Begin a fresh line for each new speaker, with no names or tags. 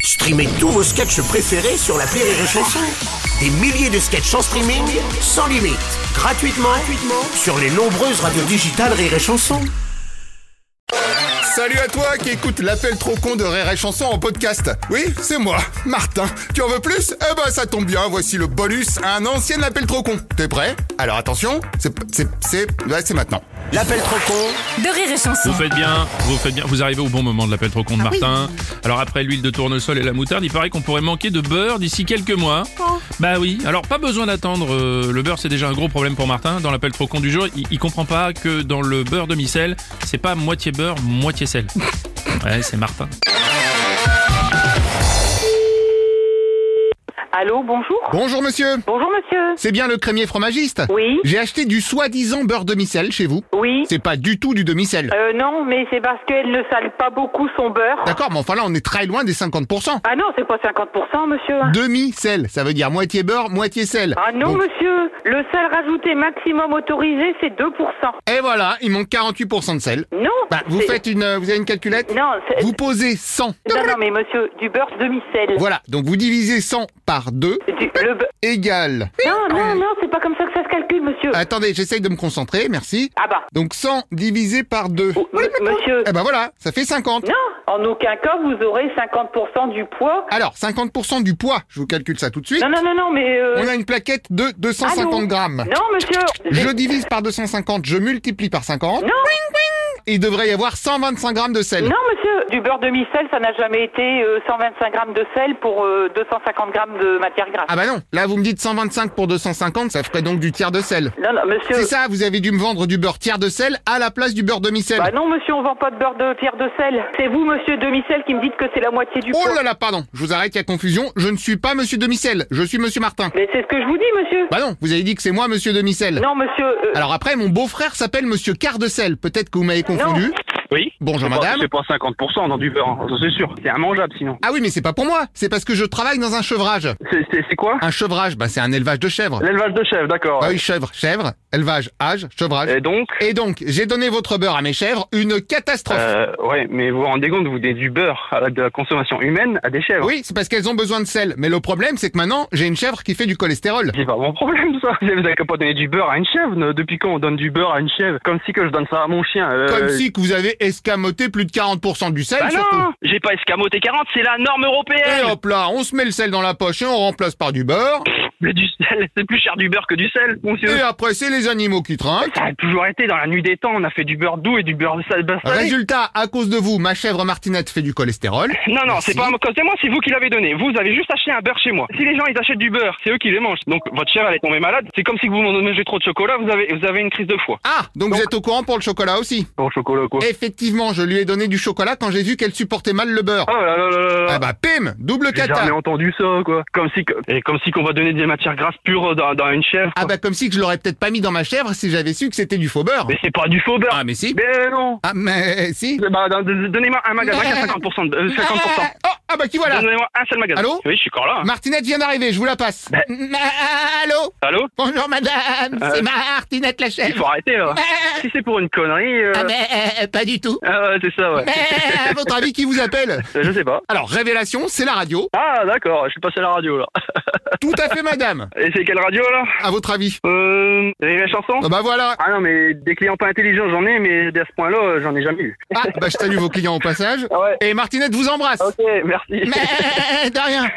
Streamez tous vos sketchs préférés sur la Rire et Chanson. Des milliers de sketchs en streaming, sans limite, gratuitement, gratuitement sur les nombreuses radios digitales Rire et Chanson.
Salut à toi qui écoute l'appel trop con de Rire et Chanson en podcast. Oui, c'est moi, Martin. Tu en veux plus Eh ben ça tombe bien, voici le bonus à un ancien appel trop con. T'es prêt Alors attention, c'est c'est c'est ouais, c'est maintenant.
L'appel trop con
de rire et chanson.
Vous faites bien, vous faites bien, vous arrivez au bon moment de l'appel trop con de Martin. Alors après l'huile de tournesol et la moutarde, il paraît qu'on pourrait manquer de beurre d'ici quelques mois. Bah oui, alors pas besoin d'attendre, euh, le beurre c'est déjà un gros problème pour Martin. Dans l'appel trop con du jour, il, il comprend pas que dans le beurre demi-sel, c'est pas moitié beurre, moitié sel. Ouais, c'est Martin.
Allô, bonjour.
Bonjour monsieur.
Bonjour, monsieur.
C'est bien le crémier fromagiste
Oui.
J'ai acheté du soi-disant beurre demi-sel chez vous.
Oui.
C'est pas du tout du demi-sel.
Euh, non, mais c'est parce qu'elle ne sale pas beaucoup son beurre.
D'accord, mais enfin là on est très loin des 50%.
Ah non, c'est pas 50%, monsieur. hein.
Demi-sel, ça veut dire moitié beurre, moitié sel.
Ah non,
Donc,
monsieur. Le sel rajouté maximum autorisé, c'est 2%.
Et voilà, il manque 48% de sel.
Non.
Bah, vous
c'est-
faites une, euh, vous avez une calculette
Non, c'est-
Vous posez 100.
non, non, mais monsieur, du beurre demi-sel.
Voilà, donc vous divisez 100 par 2
Du- le be-
égale.
Non, non, non, c'est pas comme ça que ça se calcule, monsieur.
Attendez, j'essaye de me concentrer, merci.
Ah bah.
Donc 100 divisé par 2.
Oh, m- monsieur.
Eh ben voilà, ça fait 50.
Non, en aucun cas, vous aurez 50% du poids.
Alors, 50% du poids, je vous calcule ça tout de suite.
Non, non, non, non, mais... Euh...
On a une plaquette de 250
allô
grammes.
Non, monsieur.
Je divise par 250, je multiplie par 50.
Non,
Il devrait y avoir 125 grammes de sel.
Non, monsieur, du beurre demi-sel, ça n'a jamais été euh, 125 grammes de sel pour euh, 250 grammes de matière grasse.
Ah bah non, là vous me dites 125 pour 250, ça ferait donc du tiers de sel.
Non, non, monsieur.
Ah. C'est ça, vous avez dû me vendre du beurre tiers de sel à la place du beurre demi-sel.
Bah non, monsieur, on vend pas de beurre de pierre de sel. C'est vous, monsieur demi-sel, qui me dites que c'est la moitié du
Oh
poids.
là là, pardon, je vous arrête, il y a confusion. Je ne suis pas monsieur demi-sel, je suis monsieur Martin.
Mais c'est ce que je vous dis, monsieur.
Bah non, vous avez dit que c'est moi monsieur demi-sel.
Non, monsieur. euh,
Alors après, mon beau-frère s'appelle Monsieur Quart de Sel. Peut-être que vous m'avez confondu.
Oui.
Bonjour,
C'est pas-
madame.
C'est pas 50% dans du beurre, hein, ça, c'est sûr. C'est immangeable sinon.
Ah oui, mais c'est pas pour moi. C'est parce que je travaille dans un chevrage.
C'est- C'est c'est quoi
Un chevrage, bah c'est un élevage de chèvres.
L'élevage de chèvres, d'accord.
Bah oui, chèvre, chèvre, élevage, âge, chevrage.
Et donc
Et donc, j'ai donné votre beurre à mes chèvres, une catastrophe.
euh, Ouais, mais vous vous rendez compte, vous donnez du beurre à la- de la consommation humaine à des chèvres.
Oui, c'est parce qu'elles ont besoin de sel. Mais le problème, c'est que maintenant, j'ai une chèvre qui fait du cholestérol.
C'est pas mon problème ça. Vous avez qu'à pas donner du beurre à une chèvre. ne- Depuis quand on donne du beurre à une chèvre Comme si que je donne ça à mon chien. euh,
Comme si que vous avez escamoté plus de 40% du sel,
Bah
surtout.
non J'ai pas escamoté 40, c'est la norme
Et
européenne.
hop là, on se met le sel dans la poche et on remplace par du beurre.
Mais du sel, c'est plus cher du beurre que du sel, monsieur.
Et après, c'est les animaux qui trinquent.
Ça a toujours été dans la nuit des temps. On a fait du beurre doux et du beurre sale. beurre salé.
Résultat, à cause de vous, ma chèvre Martinette fait du cholestérol.
Non, non,
Merci.
c'est pas à cause de moi, c'est vous qui l'avez donné. Vous avez juste acheté un beurre chez moi. Si les gens ils achètent du beurre, c'est eux qui les mangent. Donc votre chèvre elle est tombée malade. C'est comme si vous mangez trop de chocolat, vous avez, vous avez une crise de foie.
Ah, donc,
Donc-
vous êtes au courant pour le chocolat aussi.
Pour le Oh, chocolat quoi
Effectivement, je lui ai donné du chocolat quand j'ai vu qu'elle supportait mal le beurre.
Oh là là là là là.
Ah bah, pim, double
J'ai jamais
cata.
entendu ça quoi. Comme si que- et comme si qu'on va donner des matières grasses pures dans, dans une chèvre.
Ah
quoi.
bah, comme si que je l'aurais peut-être pas mis dans ma chèvre si j'avais su que c'était du faux beurre.
Mais c'est pas du faux beurre.
Ah mais si.
Mais non.
Ah mais si.
Bah, don- don- donnez-moi un magasin qui a 50%. de- euh, 50%.
Oh, ah bah qui voilà.
Donnez-moi un seul magasin.
Allô Bah.
Oui, je suis encore là. hein.
Martinette vient d'arriver, je vous la passe.
Ben-
Mm, ah, Allô
Allô
Bonjour madame,
Euh,
c'est Martinette la
Il faut
chèvre.
arrêter là.
Ah
Si c'est pour une connerie. euh,
mais euh, pas du tout.
Ah ouais, c'est ça ouais.
Mais à votre avis, qui vous appelle
Euh, Je sais pas.
Alors, révélation, c'est la radio.
Ah d'accord, je suis passé à la radio là.
Tout à fait madame,
Et c'est quelle radio là
à votre avis.
Euh. La chanson
Ah bah voilà.
Ah non, mais des clients pas intelligents j'en ai, mais à ce point-là, euh, j'en ai jamais eu.
Ah, bah je salue vos clients au passage.
Ah ouais.
Et Martinette vous embrasse.
Ok, merci.
Mais de rien.